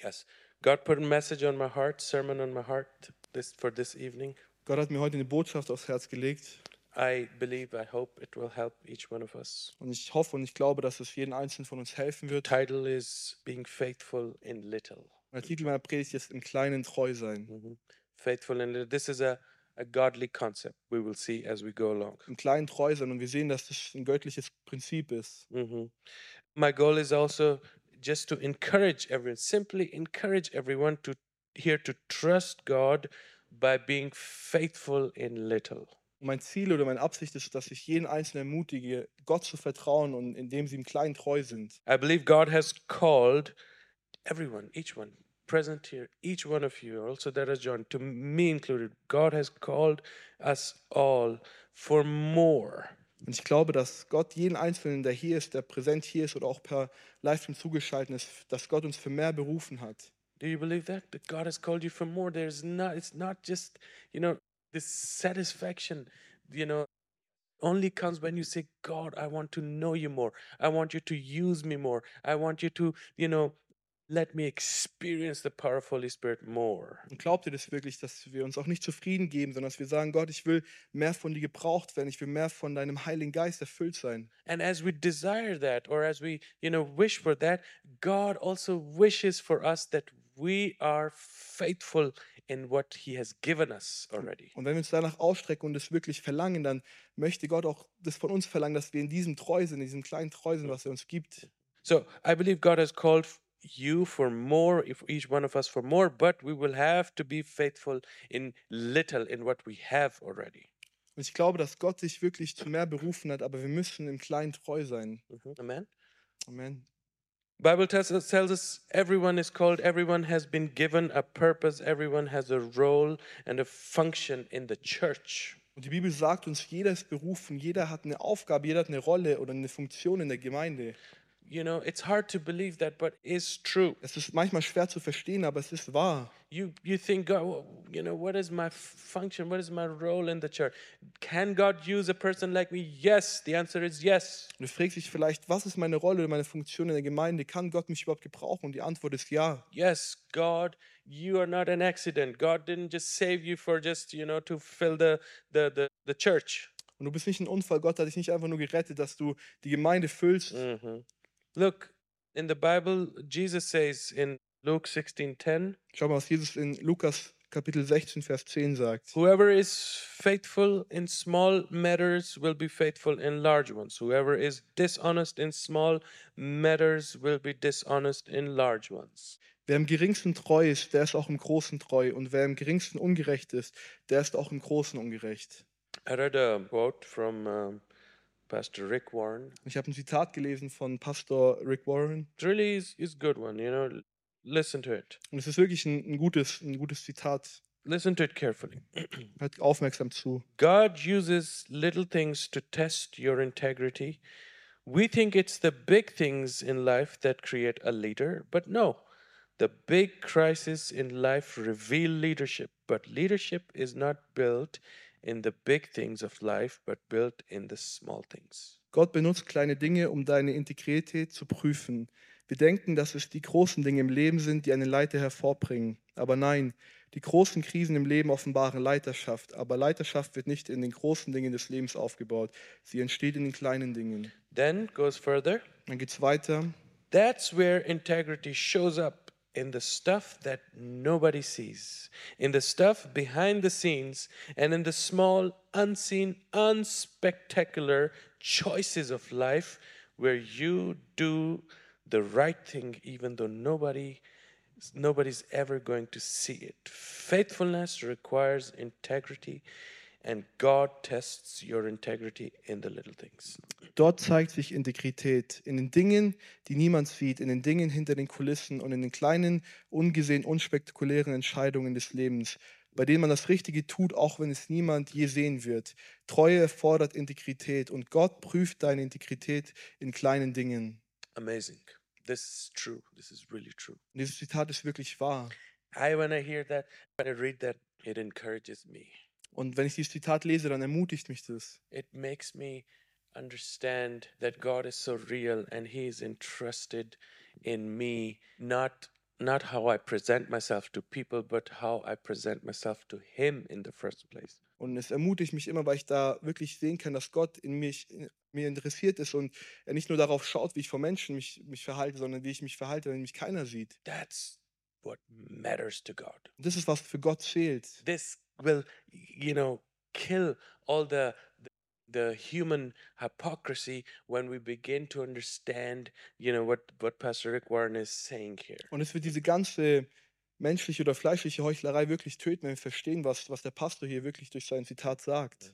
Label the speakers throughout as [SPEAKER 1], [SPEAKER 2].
[SPEAKER 1] Yes. God put a message on my heart, sermon on my heart this for this evening.
[SPEAKER 2] Gott hat mir heute eine Botschaft aufs Herz gelegt
[SPEAKER 1] I believe, I hope it will help each one of us.
[SPEAKER 2] und ich hoffe und ich glaube, dass es für jeden Einzelnen von uns helfen wird.
[SPEAKER 1] Title is Being Faithful in Little.
[SPEAKER 2] Der Titel meiner Predigt ist Im Kleinen treu sein.
[SPEAKER 1] Mhm. Faithful in Little. This is a, a godly concept we will see as we go along.
[SPEAKER 2] Im Kleinen treu sein und wir sehen, dass das ein göttliches Prinzip ist.
[SPEAKER 1] Mhm. My goal is also just to encourage everyone, simply encourage everyone to here to trust God by being faithful in little.
[SPEAKER 2] Und mein Ziel oder meine Absicht ist, dass ich jeden Einzelnen ermutige, Gott zu vertrauen und indem sie im Kleinen treu sind.
[SPEAKER 1] I believe God has called everyone, each one present here, each one of you, also that has joined, to me included. God has called us all for more.
[SPEAKER 2] Und ich glaube, dass Gott jeden Einzelnen, der hier ist, der präsent hier ist oder auch per Livestream zugeschaltet ist, dass Gott uns für mehr berufen hat.
[SPEAKER 1] Do you believe that? That God has called you for more. There's not it's not just, you know, this satisfaction, you know, only comes when you say, God, I want to know you more. I want you to use me more. I want you to, you know, let me experience the power of Holy Spirit more.
[SPEAKER 2] Und glaubt ihr das wirklich, dass wir uns auch nicht zufrieden geben, sondern dass wir sagen, Gott, ich will mehr von dir gebraucht werden, ich will mehr von deinem Heiligen Geist erfüllt sein.
[SPEAKER 1] And as we desire that, or as we, you know, wish for that, God also wishes for us that we are faithful in what He has given us already.
[SPEAKER 2] Und wenn wir uns danach ausstrecken und es wirklich verlangen, dann möchte Gott auch das von uns verlangen, dass wir in diesem treu sind, in diesem kleinen treu sind, was er uns gibt.
[SPEAKER 1] So I believe God has called you for more, if each one of us for more, but we will have to be faithful in little, in what we have already.
[SPEAKER 2] Und ich glaube, dass Gott sich wirklich zu mehr berufen hat, aber wir müssen im Kleinen treu sein.
[SPEAKER 1] Amen.
[SPEAKER 2] Amen.
[SPEAKER 1] Bible tells us, tells us everyone is called, everyone has been given a purpose, everyone has a role and a function in the church.
[SPEAKER 2] Und die Bibel sagt uns, jeder ist berufen, jeder hat eine Aufgabe, jeder hat eine Rolle oder eine Funktion in der Gemeinde.
[SPEAKER 1] You know, it's hard to believe that, but it's true.
[SPEAKER 2] Es ist manchmal schwer zu verstehen, aber es ist wahr.
[SPEAKER 1] You you think God, well, you know, what is my function? What is my role in the church? Can God use a person like me? Yes, the answer is yes.
[SPEAKER 2] Und du fragst dich vielleicht, was ist meine Rolle oder meine Funktion in der Gemeinde? Kann Gott mich überhaupt gebrauchen? Und die Antwort ist ja.
[SPEAKER 1] Yes, God, you are not an accident. God didn't just save you for just, you know, to fill the the the, the church.
[SPEAKER 2] Und du bist nicht ein Unfall. Gott hat dich nicht einfach nur gerettet, dass du die Gemeinde füllst.
[SPEAKER 1] Mhm. Look, in the Bible, Jesus says in Luke 16:10,
[SPEAKER 2] Schau mal, was Jesus in Lukas Kapitel 16, Vers 10 sagt.
[SPEAKER 1] whoever is faithful in small matters will be faithful in large ones. Whoever is dishonest in small matters will be dishonest in large ones.
[SPEAKER 2] Wer im geringsten treu ist, der ist auch im Großen treu. Und wer im geringsten ungerecht ist, der ist auch im Großen ungerecht.
[SPEAKER 1] I read a quote from um, Pastor Rick Warren.
[SPEAKER 2] Ich habe ein Zitat gelesen von Pastor Rick Warren.
[SPEAKER 1] It really is, is a good one, you know. L- Listen to it.
[SPEAKER 2] Und es ist wirklich ein, ein, gutes, ein gutes Zitat.
[SPEAKER 1] Listen to it carefully.
[SPEAKER 2] Hört aufmerksam zu.
[SPEAKER 1] God uses little things to test your integrity. We think it's the big things in life that create a leader, but no. The big crises in life reveal leadership, but leadership is not built in the big things of life, but built in the small things.
[SPEAKER 2] Gott benutzt kleine Dinge, um deine Integrität zu prüfen. Wir denken, dass es die großen Dinge im Leben sind, die eine Leiter hervorbringen. Aber nein, die großen Krisen im Leben offenbaren Leiterschaft. Aber Leiterschaft wird nicht in den großen Dingen des Lebens aufgebaut. Sie entsteht in den kleinen Dingen.
[SPEAKER 1] Then goes further.
[SPEAKER 2] Dann geht's weiter.
[SPEAKER 1] That's where integrity shows up in the stuff that nobody sees, in the stuff behind the scenes, and in the small, unseen, unspectacular choices of life where you do the right thing even though nobody nobody's ever going to see it faithfulness requires integrity and god tests your integrity in the little things
[SPEAKER 2] Dort zeigt sich Integrität. In den Dingen, die niemand sieht, in den Dingen hinter den Kulissen und in den kleinen, ungesehen, unspektakulären Entscheidungen des Lebens, bei denen man das Richtige tut, auch wenn es niemand je sehen wird. Treue erfordert Integrität und Gott prüft deine Integrität in kleinen Dingen.
[SPEAKER 1] amazing this is true this is really true
[SPEAKER 2] Und dieses Zitat ist wirklich wahr.
[SPEAKER 1] I when I hear that, when I read that, it encourages me.
[SPEAKER 2] Und wenn ich dieses Zitat lese, dann ermutigt mich das.
[SPEAKER 1] It makes me understand that God is so real and He is interested in me, not not how I present myself to people, but how I present myself to Him in the first place.
[SPEAKER 2] Und es ermutigt mich immer, weil ich da wirklich sehen kann, dass Gott in mich in mir interessiert ist und er nicht nur darauf schaut, wie ich vor Menschen mich, mich verhalte, sondern wie ich mich verhalte, wenn mich keiner sieht.
[SPEAKER 1] That's what matters to God.
[SPEAKER 2] Und das ist, was für Gott zählt.
[SPEAKER 1] This will, you know, kill all the the human hypocrisy when we begin to understand, you know, what what Pastor Rick Warren is saying here.
[SPEAKER 2] Und es wird diese ganze menschliche oder fleischliche Heuchlerei wirklich töten, wenn wir verstehen, was, was der Pastor hier wirklich durch sein Zitat sagt.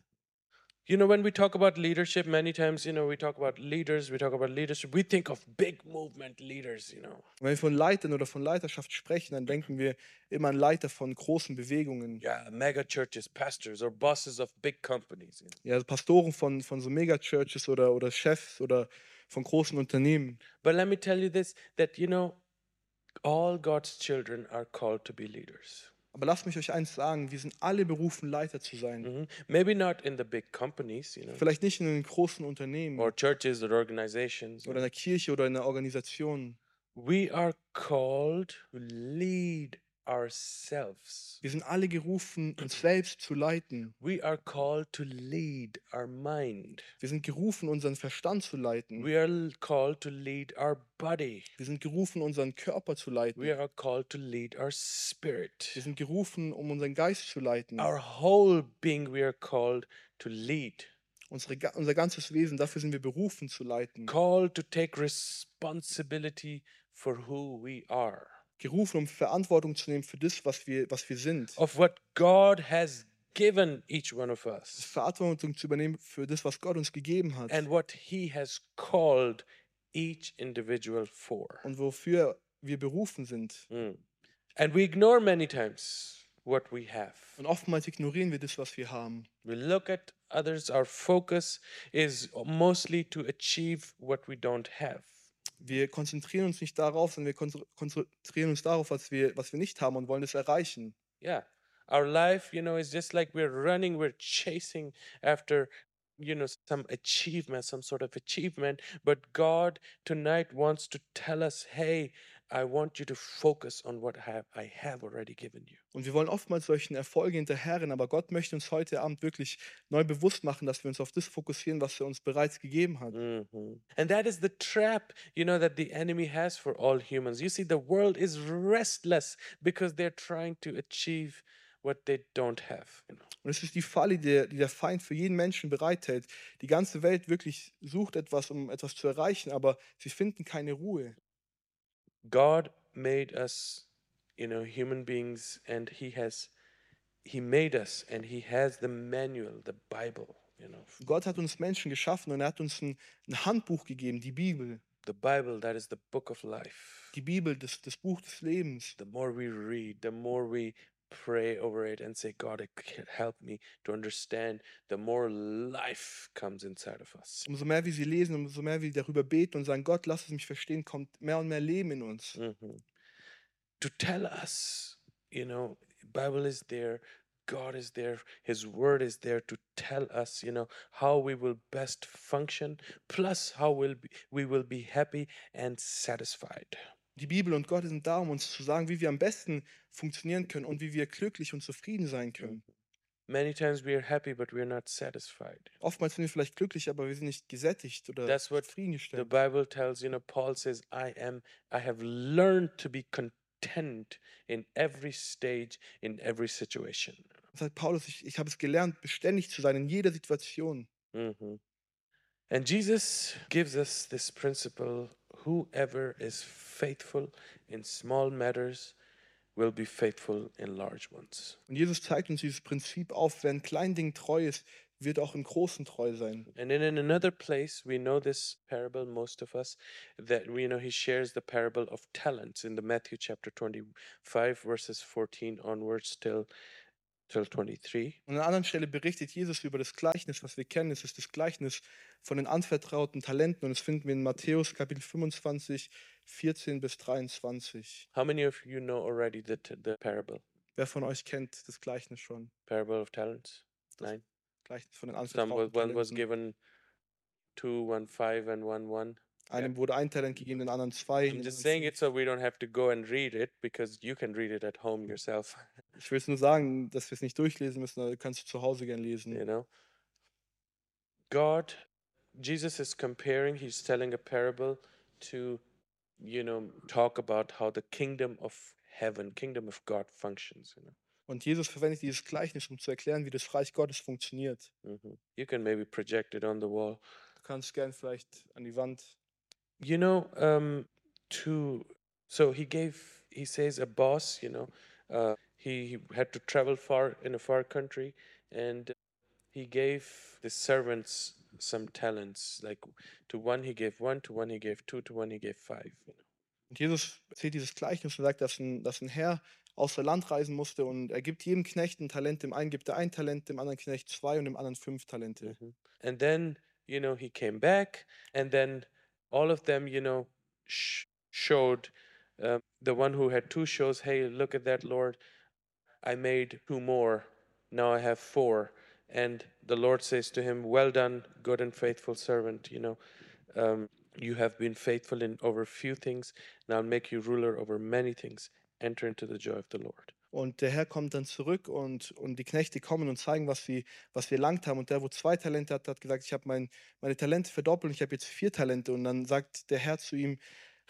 [SPEAKER 1] You know, when we talk about leadership, many times, you know, we talk about leaders, we talk about leadership, we think of big movement leaders, you know.
[SPEAKER 2] Und wenn wir von Leitern oder von Leiterschaft sprechen, dann denken wir immer an Leiter von großen Bewegungen.
[SPEAKER 1] Yeah, mega churches, pastors, or bosses of big companies. you know.
[SPEAKER 2] Ja, also Pastoren von, von so Megachurches oder, oder Chefs oder von großen Unternehmen.
[SPEAKER 1] But let me tell you this that, you know, all God's children are called to be leaders.
[SPEAKER 2] Aber lasst mich euch eins sagen, wir sind alle berufen, Leiter zu sein.
[SPEAKER 1] Mhm. Maybe not in the big companies, you know,
[SPEAKER 2] Vielleicht nicht in den großen Unternehmen
[SPEAKER 1] or churches or organizations.
[SPEAKER 2] oder in der Kirche oder in der Organisation.
[SPEAKER 1] We are called to lead ourselves.
[SPEAKER 2] Wir sind alle gerufen, uns selbst zu leiten.
[SPEAKER 1] We are called to lead our mind.
[SPEAKER 2] Wir sind gerufen, unseren Verstand zu leiten.
[SPEAKER 1] We are l- called to lead our body.
[SPEAKER 2] Wir sind gerufen, unseren Körper zu leiten.
[SPEAKER 1] We
[SPEAKER 2] Wir
[SPEAKER 1] are called to lead our spirit.
[SPEAKER 2] sind gerufen, um unseren Geist zu leiten.
[SPEAKER 1] Our whole being we are called to lead.
[SPEAKER 2] Unsere, ga- unser ganzes Wesen, dafür sind wir berufen zu leiten.
[SPEAKER 1] Called to take responsibility for who we are.
[SPEAKER 2] Gerufen, um Verantwortung zu nehmen für das, was wir, was wir sind.
[SPEAKER 1] Of what God has given each one of us.
[SPEAKER 2] Verantwortung zu übernehmen für das, was Gott uns gegeben hat.
[SPEAKER 1] and what he has called each individual for.
[SPEAKER 2] und wofür wir berufen sind.
[SPEAKER 1] Mm. And we ignore many times what we have.
[SPEAKER 2] Und oftmals ignorieren wir das, was wir haben.
[SPEAKER 1] We look at others, our focus is mostly to achieve what we don't have.
[SPEAKER 2] Wir konzentrieren uns nicht darauf, sondern wir konzentri- konzentrieren uns darauf, was wir, was wir nicht haben und wollen es erreichen.
[SPEAKER 1] Yeah. Our life, you know, is just like we're running, we're chasing after, you know, some achievement, some sort of achievement. But God tonight wants to tell us, hey, I want you to focus on what I have, I have already given you.
[SPEAKER 2] Und wir wollen oftmals solchen Erfolgen hinterherren, aber Gott möchte uns heute Abend wirklich neu bewusst machen, dass wir uns auf das fokussieren, was er uns bereits gegeben hat.
[SPEAKER 1] Mhm. And that is the trap, you know, that the enemy has for all humans. You see, the world is restless because they're trying to achieve what they don't have. you know.
[SPEAKER 2] Und es ist die Falle, die, der- die der Feind für jeden Menschen bereithält. Die ganze Welt wirklich sucht etwas, um etwas zu erreichen, aber sie finden keine Ruhe.
[SPEAKER 1] God made us, you know, human beings, and He has, He made us, and He has the manual, the Bible, you know, f-
[SPEAKER 2] Gott hat uns Menschen geschaffen und er hat uns ein, ein Handbuch gegeben, die Bibel.
[SPEAKER 1] the Bible that is the book of life.
[SPEAKER 2] Die Bibel, das, das Buch des Lebens.
[SPEAKER 1] The more we read, the more we pray over it and say, God, it can help me to understand, the more life comes inside of us.
[SPEAKER 2] Umso mehr wir sie lesen, umso mehr wir darüber beten und sagen, Gott, lass es mich verstehen, kommt mehr und mehr Leben in uns.
[SPEAKER 1] Mhm. To tell us, you know, Bible is there, God is there, His Word is there to tell us, you know, how we will best function, plus how we'll be, we will be happy and satisfied.
[SPEAKER 2] Die Bibel und Gott sind da, um uns zu sagen, wie wir am besten funktionieren können und wie wir glücklich und zufrieden sein können.
[SPEAKER 1] Many times we are happy, but we are not satisfied.
[SPEAKER 2] Oftmals sind wir vielleicht glücklich, aber wir sind nicht gesättigt oder
[SPEAKER 1] That's what The
[SPEAKER 2] zufriedengestellt.
[SPEAKER 1] Bible tells, you know, Paul says, I am, I have learned to be content in every stage, in every situation.
[SPEAKER 2] Das sagt Paulus, ich, ich habe es gelernt, beständig zu sein in jeder Situation.
[SPEAKER 1] hmm And Jesus gives us this principle whoever is faithful in small matters will be faithful in large ones.
[SPEAKER 2] Und Jesus zeigt uns dieses Prinzip auf, wer in kleinen Dingen treu ist, wird auch in großen treu sein.
[SPEAKER 1] And then in another place, we know this parable, most of us, that we know he shares the parable of talents in the Matthew chapter 25, verses 14 onwards till, till 23.
[SPEAKER 2] Und an einer anderen Stelle berichtet Jesus über das Gleichnis, was wir kennen. Es ist das Gleichnis von den anvertrauten Talenten und das finden wir in Matthäus Kapitel 25, 14 bis 23.
[SPEAKER 1] How many of you know already the, t- the parable?
[SPEAKER 2] Wer von euch kennt das Gleichnis schon?
[SPEAKER 1] Parable of talents? Nine?
[SPEAKER 2] Gleichnis von den
[SPEAKER 1] Some was,
[SPEAKER 2] anvertrauten
[SPEAKER 1] one was
[SPEAKER 2] Talenten.
[SPEAKER 1] given two, one five, and one one.
[SPEAKER 2] Einem wurde ein Talent gegeben, den anderen zwei. den
[SPEAKER 1] I'm just
[SPEAKER 2] anderen
[SPEAKER 1] saying
[SPEAKER 2] fünf.
[SPEAKER 1] it so we don't have to go and read it because you can read it at home yourself,
[SPEAKER 2] Ich will es nur sagen, dass wir es nicht durchlesen müssen, aber du kannst es zu Hause gern lesen.
[SPEAKER 1] you know. God, Jesus is comparing, he's telling a parable to, you know, talk about how the kingdom of heaven, kingdom of God functions, you know.
[SPEAKER 2] Und Jesus verwendet dieses Gleichnis, um zu erklären, wie das Reich Gottes funktioniert.
[SPEAKER 1] Mhm. You can maybe project it on the wall.
[SPEAKER 2] Du kannst gern vielleicht an die Wand.
[SPEAKER 1] you know um to so he gave he says a boss you know uh he, he had to travel far in a far country and he gave the servants some talents like to one he gave one to one he gave two to one he gave five you know.
[SPEAKER 2] Und Jesus erzählt dieses Gleichnis und sagt, dass ein, dass ein Herr außer Land reisen musste und er gibt jedem Knecht ein Talent. Dem einen gibt er ein Talent, dem anderen Knecht zwei und dem anderen fünf Talente.
[SPEAKER 1] and then you know he came back and then all of them you know sh- showed um, the one who had two shows hey look at that lord i made two more now i have four and the lord says to him well done good and faithful servant you know um, you have been faithful in over few things now i'll make you ruler over many things enter into the joy of the lord
[SPEAKER 2] Und der Herr kommt dann zurück und, und die Knechte kommen und zeigen, was sie, was sie erlangt haben. Und der, wo zwei Talente hat, hat gesagt, ich habe mein, meine Talente verdoppelt und ich habe jetzt vier Talente. Und dann sagt der Herr zu ihm,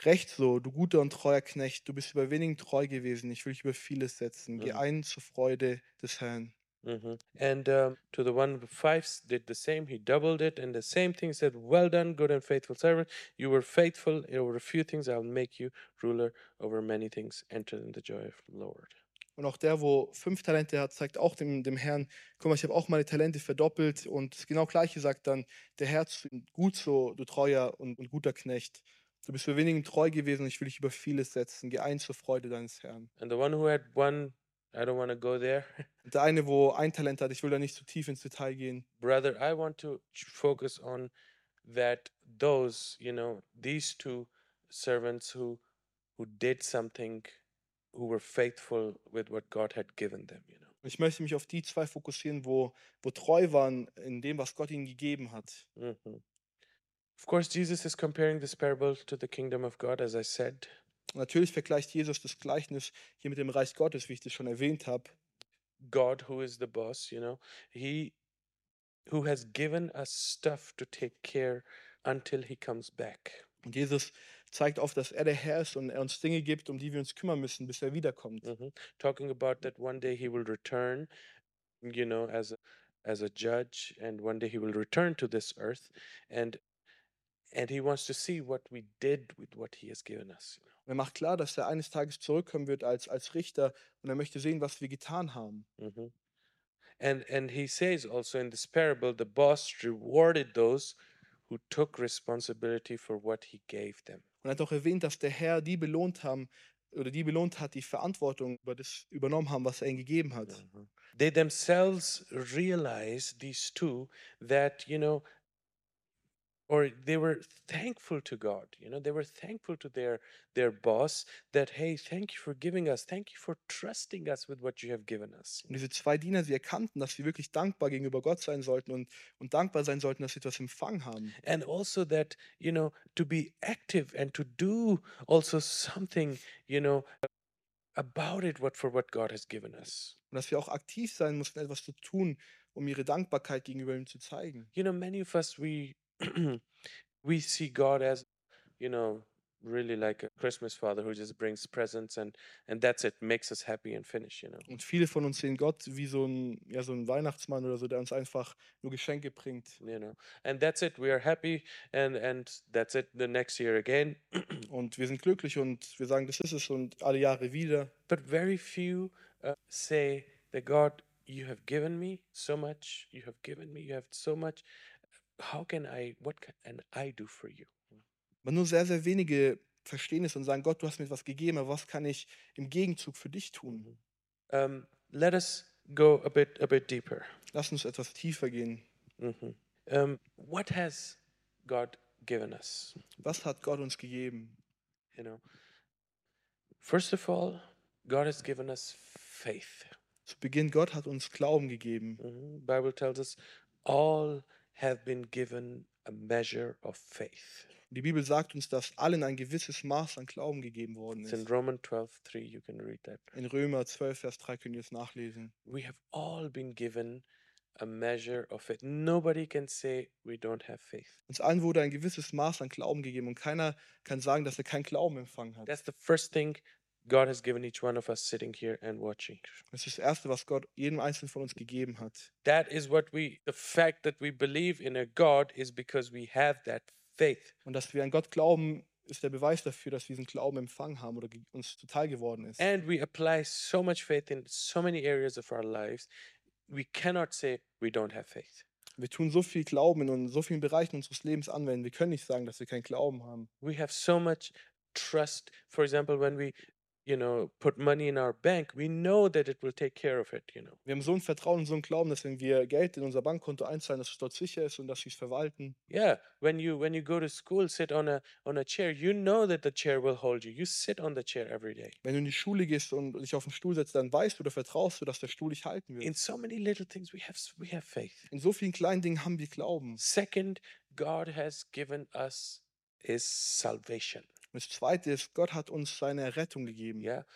[SPEAKER 2] recht so, du guter und treuer Knecht, du bist über wenigen treu gewesen, ich will dich über vieles setzen. Geh
[SPEAKER 1] Mhm.
[SPEAKER 2] ein zur Freude des Herrn.
[SPEAKER 1] Mm-hmm. And um, to the one with five s- did the same. He doubled it, and the same thing said, "Well done, good and faithful servant. You were faithful over a few things. I'll make you ruler over many things. Enter in the joy of the Lord."
[SPEAKER 2] Und auch der, wo fünf Talente hat, sagt auch dem, dem Herrn, guck mal, ich habe auch meine Talente verdoppelt. Und das genau gleiche sagt dann der Herr zu ihm, gut so, du treuer und, und guter Knecht. Du bist für wenigen treu gewesen, ich will dich über vieles setzen. Geh ein zur Freude deines Herrn.
[SPEAKER 1] And the one who had one, I don't want to go there,
[SPEAKER 2] Und der eine, wo ein Talent hat, ich will da nicht zu tief ins Detail gehen.
[SPEAKER 1] brother. I want to ch- focus on that. Those, you know, these two servants who who did something, who were faithful with what God had given them. You know.
[SPEAKER 2] Und ich möchte mich auf die zwei fokussieren, wo, wo treu waren in dem, was Gott ihnen gegeben hat.
[SPEAKER 1] hmm Of course, Jesus is comparing this parable to the kingdom of God, as I said.
[SPEAKER 2] Und natürlich vergleicht Jesus das Gleichnis hier mit dem Reich Gottes, wie ich das schon erwähnt habe.
[SPEAKER 1] God, who is the boss, you know, he who has given us stuff to take care until he comes back.
[SPEAKER 2] Und Jesus zeigt auf, dass er der Herr ist und er uns Dinge gibt, um die wir uns kümmern müssen, bis er wiederkommt.
[SPEAKER 1] Mhm. Talking about that one day he will return, you know, as a, as a judge, and one day he will return to this earth, and and he wants to see what we did with what he has given us. you
[SPEAKER 2] Und er macht klar, dass er eines Tages zurückkommen wird als, als Richter und er möchte sehen, was wir getan haben.
[SPEAKER 1] hmm And and he says also in this parable, the boss rewarded those who took responsibility for what he gave them.
[SPEAKER 2] Und er hat auch erwähnt, dass der Herr die belohnt haben oder die belohnt hat, die Verantwortung über das übernommen haben, was er ihnen gegeben hat.
[SPEAKER 1] Mm-hmm. They themselves realize these two that you know, or they were thankful to God. You know, they were thankful to their their boss that hey, thank you for giving us, thank you for trusting us with what you have given us.
[SPEAKER 2] Und diese zwei Diener, sie erkannten, dass sie wirklich dankbar gegenüber Gott sein sollten und, und dankbar sein sollten, dass sie etwas empfangen haben.
[SPEAKER 1] and also that you know to be active and to do also something you know about it what for what god has given us
[SPEAKER 2] Und dass wir auch aktiv sein mussten, etwas zu tun, um ihre Dankbarkeit gegenüber ihm zu zeigen.
[SPEAKER 1] you know many of us we we see god as you know really like a christmas father who just brings presents and and that's it makes us happy and finish you know
[SPEAKER 2] Und viele von uns sehen Gott wie so ein, ja, so ein Weihnachtsmann oder so, der uns einfach nur Geschenke bringt.
[SPEAKER 1] you know and that's it we are happy and and that's it the next year again
[SPEAKER 2] Und wir sind glücklich und wir sagen, das ist es und alle Jahre wieder.
[SPEAKER 1] But very few uh, say that God, you have given me so much, you have given me, you have so much. How can I, what can I do for you?
[SPEAKER 2] Aber nur sehr, sehr wenige verstehen es und sagen, Gott, du hast mir etwas gegeben, aber was kann ich im Gegenzug für dich tun?
[SPEAKER 1] Um, let us go a bit, a bit deeper.
[SPEAKER 2] Lass uns etwas tiefer gehen.
[SPEAKER 1] Mhm. Um, what has God given us?
[SPEAKER 2] Was hat Gott uns gegeben?
[SPEAKER 1] You know, first of all, God has given us faith. Mm-hmm.
[SPEAKER 2] Zu Beginn, Gott hat uns Glauben gegeben.
[SPEAKER 1] Mhm. Bible tells us all have been given a measure of faith.
[SPEAKER 2] Und die Bibel sagt uns, dass allen ein gewisses Maß an Glauben gegeben worden
[SPEAKER 1] It's in
[SPEAKER 2] ist.
[SPEAKER 1] Romans 12 3. You can read that.
[SPEAKER 2] In Römer 12, Vers 3 können wir es nachlesen.
[SPEAKER 1] We have all been given a measure of faith. Nobody can say we don't have faith.
[SPEAKER 2] Uns allen wurde ein gewisses Maß an Glauben gegeben und keiner kann sagen, dass er keinen Glauben empfangen hat.
[SPEAKER 1] That's the first thing God has given each one of us sitting here and watching.
[SPEAKER 2] Das ist das Erste, was Gott jedem Einzelnen von uns gegeben hat.
[SPEAKER 1] That is what we, the fact that we believe in a God is because we have that faith.
[SPEAKER 2] Und dass wir an Gott glauben, ist der Beweis dafür, dass wir diesen Glauben empfangen haben oder ge- uns zuteil geworden ist.
[SPEAKER 1] And we apply so much faith in so many areas of our lives. We cannot say we don't have faith.
[SPEAKER 2] Wir tun so viel Glauben in uns- so vielen Bereichen unseres Lebens anwenden. Wir können nicht sagen, dass wir keinen Glauben haben.
[SPEAKER 1] We have so much trust. For example, when we, you know, put money in our bank, we know that it will take care of it, you know.
[SPEAKER 2] Wir haben so ein Vertrauen und so ein Glauben, dass wenn wir Geld in unser Bankkonto einzahlen, dass es dort sicher ist und dass sie es verwalten.
[SPEAKER 1] Yeah, when you when you go to school, sit on a on a chair, you know that the chair will hold you. You sit on the chair every day.
[SPEAKER 2] Wenn du in die Schule gehst und dich auf den Stuhl setzt, dann weißt du oder vertraust du, dass der Stuhl dich halten
[SPEAKER 1] In
[SPEAKER 2] wird.
[SPEAKER 1] so many little things we have s- we have faith.
[SPEAKER 2] In so vielen kleinen Dingen haben wir Glauben.
[SPEAKER 1] Second, God has given us his salvation.
[SPEAKER 2] Und das Zweite ist, Gott hat uns seine Errettung gegeben.
[SPEAKER 1] Yeah.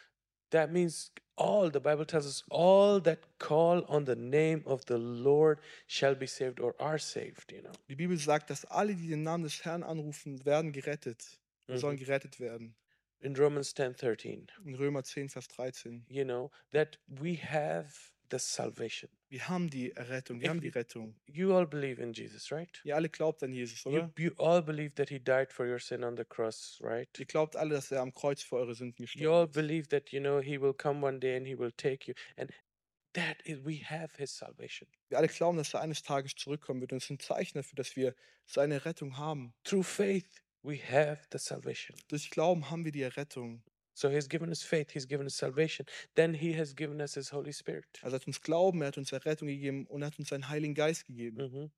[SPEAKER 1] That means all the Bible tells us all that call on the name of the Lord shall be saved or are saved, you know.
[SPEAKER 2] Die Bibel sagt, dass alle, die den Namen des Herrn anrufen, werden gerettet. Wir sollen gerettet werden.
[SPEAKER 1] In Romans 10:13,
[SPEAKER 2] In Römer 10, Vers 13.
[SPEAKER 1] you know, that we have the salvation.
[SPEAKER 2] Wir haben die Errettung, wir
[SPEAKER 1] Echt?
[SPEAKER 2] haben die Rettung.
[SPEAKER 1] You all believe in Jesus, right?
[SPEAKER 2] Ihr alle glaubt an Jesus,
[SPEAKER 1] You,
[SPEAKER 2] oder?
[SPEAKER 1] you all believe that he died for your sin on the cross, right?
[SPEAKER 2] Ihr glaubt alle, dass er am Kreuz für eure Sünden
[SPEAKER 1] You all
[SPEAKER 2] gestorben ist.
[SPEAKER 1] believe that you know he will come one day and he will take you and that is we have his salvation.
[SPEAKER 2] Wir alle glauben, dass er eines Tages zurückkommen wird. Und es ist ein Zeichen dafür, dass wir seine Rettung haben.
[SPEAKER 1] Through faith we have the salvation.
[SPEAKER 2] Durch Glauben haben wir die Errettung.
[SPEAKER 1] So he's given us faith, he's given us salvation, then he has given us his Holy Spirit.
[SPEAKER 2] Also er hat uns Glauben, er hat uns Errettung gegeben und er hat uns seinen Heiligen Geist gegeben.
[SPEAKER 1] Mhm.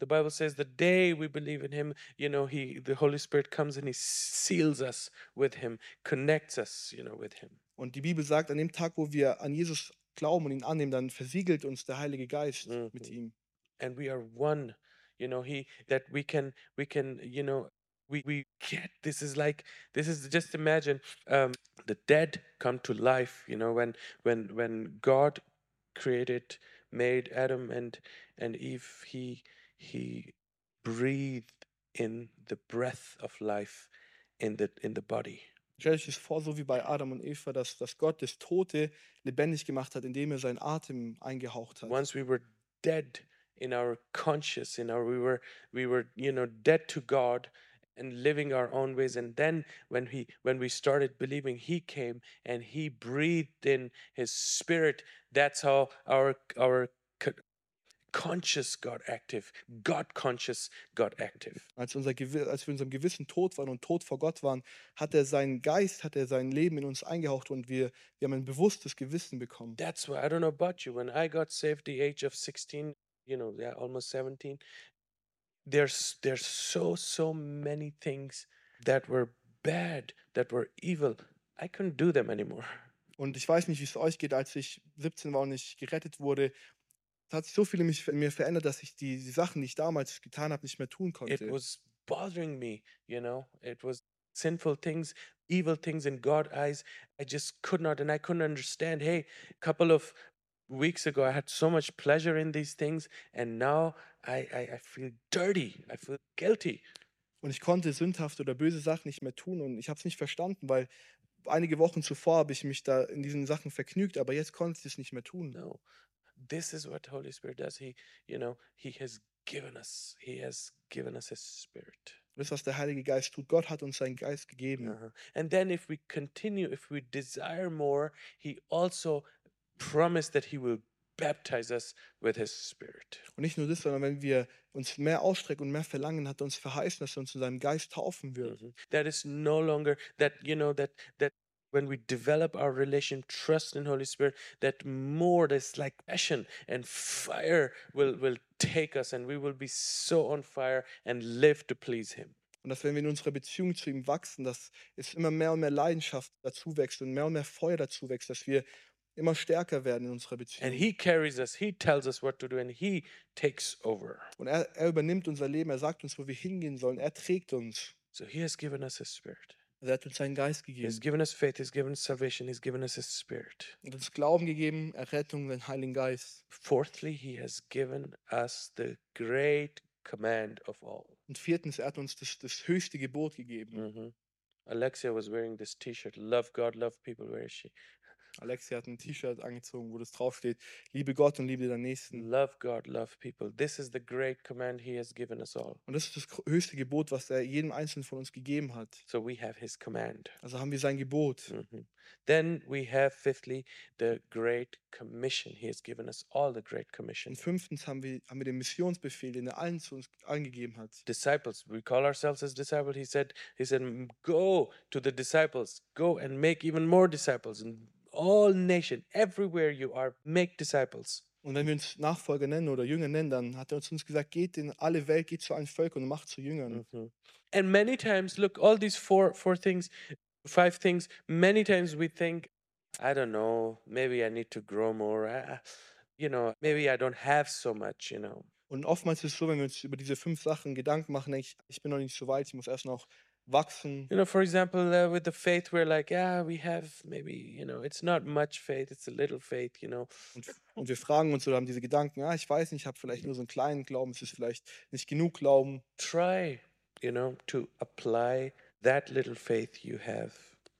[SPEAKER 1] The Bible says the day we believe in him, you know, he the Holy Spirit comes and he seals us with him, connects us, you know, with him.
[SPEAKER 2] Und die Bibel sagt, an dem Tag, wo wir an Jesus glauben und ihn annehmen, dann versiegelt uns der Heilige Geist mit
[SPEAKER 1] Mhm.
[SPEAKER 2] ihm.
[SPEAKER 1] and we are one you know he that we can we can you know we we get this is like this is just imagine um the dead come to life you know when when when god created made adam and and eve he he breathed in the breath of life in the in the body
[SPEAKER 2] Stellt euch das vor, so wie bei Adam und Eva, dass, dass Gott das Tote lebendig gemacht hat, indem er seinen Atem eingehaucht hat.
[SPEAKER 1] once we were dead in our conscience in our we were we were you know dead to god and living our own ways and then when he when we started believing he came and he breathed in his spirit that's how our our co- conscious got active god conscious got active
[SPEAKER 2] Als, unser Gewi- als wir unserem Gewissen tot waren und tot vor Gott waren, hat er seinen Geist, hat er sein Leben in uns eingehaucht und wir, wir haben ein bewusstes Gewissen bekommen.
[SPEAKER 1] that's why i don't know about you when i got saved the age of 16 you know yeah almost 17 there's there's so so many things that were bad that were evil i couldn't do them anymore
[SPEAKER 2] Und ich weiß nicht, wie es euch geht, als ich 17 war und ich gerettet wurde, es hat sich so viel in, mich, in mir verändert, dass ich die, die Sachen, die ich damals getan habe, nicht mehr tun
[SPEAKER 1] it
[SPEAKER 2] konnte.
[SPEAKER 1] was bothering me you know it was sinful things evil things in god's eyes i just could not and i couldn't understand hey a couple of weeks ago i had so much pleasure in these things and now i i, I feel dirty i feel guilty
[SPEAKER 2] Und ich konnte sündhafte oder böse Sachen nicht mehr tun und ich habe es nicht verstanden, weil einige Wochen zuvor habe ich mich da in diesen Sachen vergnügt, aber jetzt konnte ich es nicht mehr tun.
[SPEAKER 1] No. This is what Holy Spirit does. He, you know, He has given us. He has given us His Spirit.
[SPEAKER 2] Das, was der Heilige Geist tut, Gott hat uns seinen Geist gegeben.
[SPEAKER 1] Uh-huh. And then if we continue, if we desire more, He also promised that He will baptize us with His Spirit.
[SPEAKER 2] Und nicht nur das, sondern wenn wir uns mehr ausstrecken und mehr verlangen, hat er uns verheißen, dass er uns in seinem Geist taufen wird.
[SPEAKER 1] Mhm. That is no longer that you know that that when we develop our relation trust in holy spirit that more this like passion and fire will will take us and we will be so on fire and live to please him
[SPEAKER 2] Und dass wenn wir in unserer Beziehung zu ihm wachsen, dass es immer mehr und mehr Leidenschaft dazu wächst und mehr und mehr Feuer dazu wächst, dass wir immer stärker werden in unserer Beziehung.
[SPEAKER 1] And He carries us, He tells us what to do, and He takes over.
[SPEAKER 2] Und er, er übernimmt unser Leben, er sagt uns, wo wir hingehen sollen, er trägt uns.
[SPEAKER 1] So He has given us His Spirit.
[SPEAKER 2] Also er hat uns seinen Geist
[SPEAKER 1] He has
[SPEAKER 2] gegeben,
[SPEAKER 1] given us faith, He's given us salvation, He's given us His Spirit.
[SPEAKER 2] hat uns Glauben gegeben, Errettung, den Heiligen Geist.
[SPEAKER 1] Fourthly, He has given us the great command of all.
[SPEAKER 2] Und viertens, er hat uns das, das höchste Gebot gegeben.
[SPEAKER 1] Mhm. Alexia was wearing this t shirt, Love God, Love People. Where is she?
[SPEAKER 2] Alexia hat ein T-Shirt angezogen, wo das draufsteht, liebe Gott und liebe deinen Nächsten.
[SPEAKER 1] Love God, love people. This is the great command He has given us all.
[SPEAKER 2] Und das ist das gro- höchste Gebot, was er jedem Einzelnen von uns gegeben hat.
[SPEAKER 1] So we have His command.
[SPEAKER 2] Also haben wir sein Gebot.
[SPEAKER 1] Mhm. Then we have, fifthly, the Great Commission. He has given us all the Great Commission.
[SPEAKER 2] Und fünftens haben wir, haben wir den Missionsbefehl, den er allen zu uns angegeben hat.
[SPEAKER 1] Disciples, we call ourselves as disciples. He said, He said, "M- go to the disciples, go and make even more disciples in all nation, everywhere you are, make disciples.
[SPEAKER 2] Und wenn wir uns Nachfolger nennen oder Jünger nennen, dann hat er zu uns gesagt, geht in alle Welt, geht zu allen Völkern und macht zu Jüngern.
[SPEAKER 1] Mhm. And many times, look, all these four four things, five things. Many times we think, I don't know, maybe I need to grow more. I, I- you know, maybe I don't have so much. You know,
[SPEAKER 2] Und oftmals ist es so, wenn wir uns über diese fünf Sachen Gedanken machen, denke ich, ich bin noch nicht so weit, ich muss erst noch wachsen.
[SPEAKER 1] you know. For example, uh, with the faith, we're like, ah, we have maybe you know, it's not much faith, it's a little faith. You know,
[SPEAKER 2] Und, und wir fragen uns oder haben diese Gedanken, ah, ich weiß nicht, ich habe vielleicht nur so einen kleinen Glauben, es ist vielleicht nicht genug Glauben.
[SPEAKER 1] try, you know, to apply that little faith you have,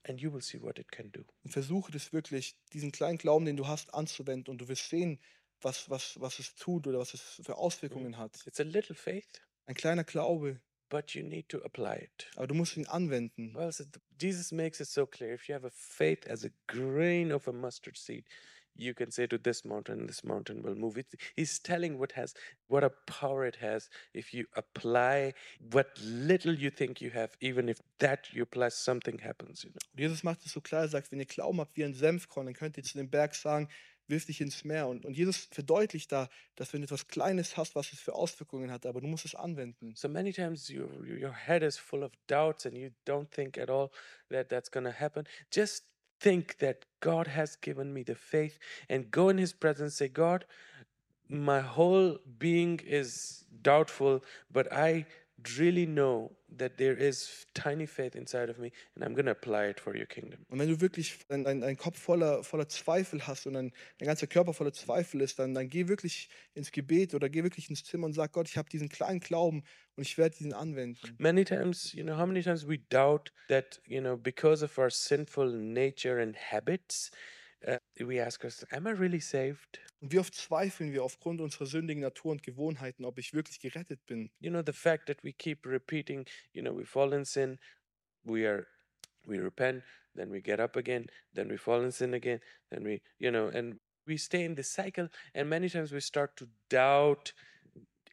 [SPEAKER 1] and you will see what it can do.
[SPEAKER 2] Und versuche das wirklich, diesen kleinen Glauben, den du hast, anzuwenden und du wirst sehen, was, was, was es tut oder was es für Auswirkungen hat.
[SPEAKER 1] It's a little faith,
[SPEAKER 2] Ein kleiner Glaube,
[SPEAKER 1] but you need to apply it.
[SPEAKER 2] aber du musst ihn anwenden.
[SPEAKER 1] Well, so th- Jesus makes it so clear. If you have a faith as a grain of a mustard seed, you can say to this mountain, this mountain will move. It's, he's telling what has, what a power it has. If you apply what little you think you have, even if that you apply, something happens. You know.
[SPEAKER 2] Und Jesus macht es so klar, er sagt, wenn ihr Glauben habt wie ein Senfkorn, dann könnt ihr zu dem Berg sagen, wirf dich ins Meer. Und, und Jesus verdeutlicht da, dass wenn du etwas Kleines hast, was es für Auswirkungen hat, aber du musst es anwenden.
[SPEAKER 1] So many times your your your head is full of doubts and you don't think at all that that's going to happen. Just think that God has given me the faith and go in his presence say God my whole being is doubtful but I really know that there is tiny faith inside of me and I'm going to apply it for your kingdom.
[SPEAKER 2] Und wenn du wirklich dein- dein- deinen Kopf voller, voller Zweifel hast und dein, dein ganzer Körper voller Zweifel ist, dann, dann geh wirklich ins Gebet oder geh wirklich ins Zimmer und sag, Gott, ich habe diesen kleinen Glauben und ich werde diesen anwenden.
[SPEAKER 1] Many times, you know, how many times we doubt that, you know, because of our sinful nature and habits, uh, we ask ourselves, am I really saved?
[SPEAKER 2] Und wie oft zweifeln wir aufgrund unserer sündigen Natur und Gewohnheiten, ob ich wirklich gerettet bin.
[SPEAKER 1] you know the fact that we keep repeating you know we fall in sin we are we repent then we get up again then we fall in sin again then we you know and we stay in this cycle and many times we start to doubt